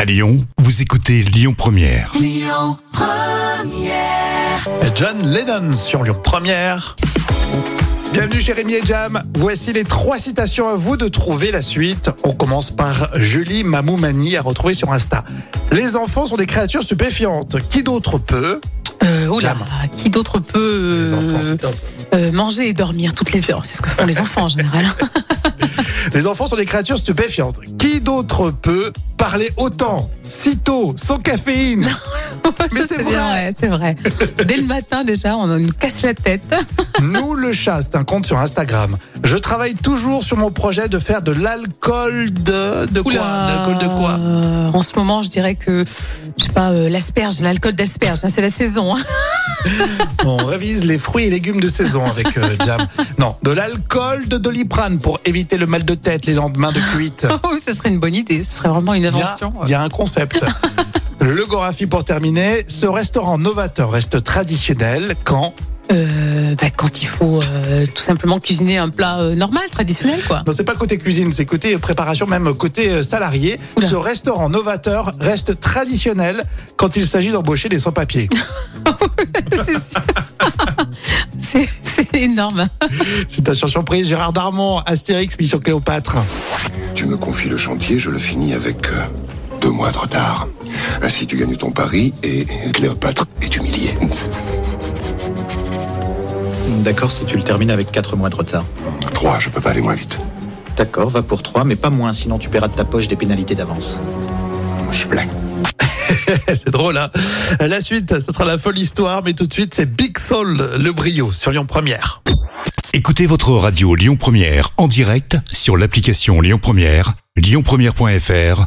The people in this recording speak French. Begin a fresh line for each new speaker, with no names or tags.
À Lyon, vous écoutez Lyon Première.
John Lennon sur Lyon Première. Bienvenue Jérémy et Jam. Voici les trois citations à vous de trouver la suite. On commence par Julie Mamoumani à retrouver sur Insta. Les enfants sont des créatures stupéfiantes. Qui d'autre peut
Euh, oh là,
Jam.
qui d'autre peut
Les
euh,
enfants, c'est top.
euh, manger et dormir toutes les heures C'est ce que font les enfants en général.
Les enfants sont des créatures stupéfiantes. Qui d'autre peut parler autant, si tôt, sans caféine Mais
Ça,
c'est
bien,
vrai.
ouais, c'est vrai. Dès le matin déjà, on nous casse la tête.
Nous le chat, c'est un compte sur Instagram. Je travaille toujours sur mon projet de faire de l'alcool de de quoi
Oula.
L'alcool de quoi
Euh, En ce moment, je dirais que je sais pas euh, l'asperge, l'alcool d'asperge, hein, c'est la saison. hein.
On révise les fruits et légumes de saison avec euh, Jam. Non, de l'alcool de Doliprane pour éviter le mal de tête les lendemains de cuite.
Oh, ça serait une bonne idée. Ce serait vraiment une
Il y a-
invention. euh.
Il y, a un concept. Le Gorafi pour terminer. Ce restaurant novateur reste traditionnel quand
Euh, bah, quand il faut euh, tout simplement cuisiner un plat euh, normal, traditionnel, quoi.
Non, c'est pas côté cuisine, c'est côté préparation, même côté euh, salarié.
Oula.
Ce restaurant novateur reste traditionnel quand il s'agit d'embaucher des sans-papiers.
c'est sûr. C'est- c'est énorme. hein.
Citation surprise, Gérard Darmon, Astérix, Mission Cléopâtre.
Tu me confies le chantier, je le finis avec euh, deux mois de retard. Ainsi, tu gagnes ton pari et Cléopâtre est humiliée.
D'accord, si tu le termines avec 4 mois de retard.
Trois, je peux pas aller moins vite.
D'accord, va pour 3, mais pas moins, sinon tu paieras de ta poche des pénalités d'avance.
Je plains.
c'est drôle, hein La suite, ce sera la folle histoire, mais tout de suite, c'est Big Soul, le brio, sur Lyon Première.
Écoutez votre radio Lyon Première en direct sur l'application Lyon Première, lyonpremière.fr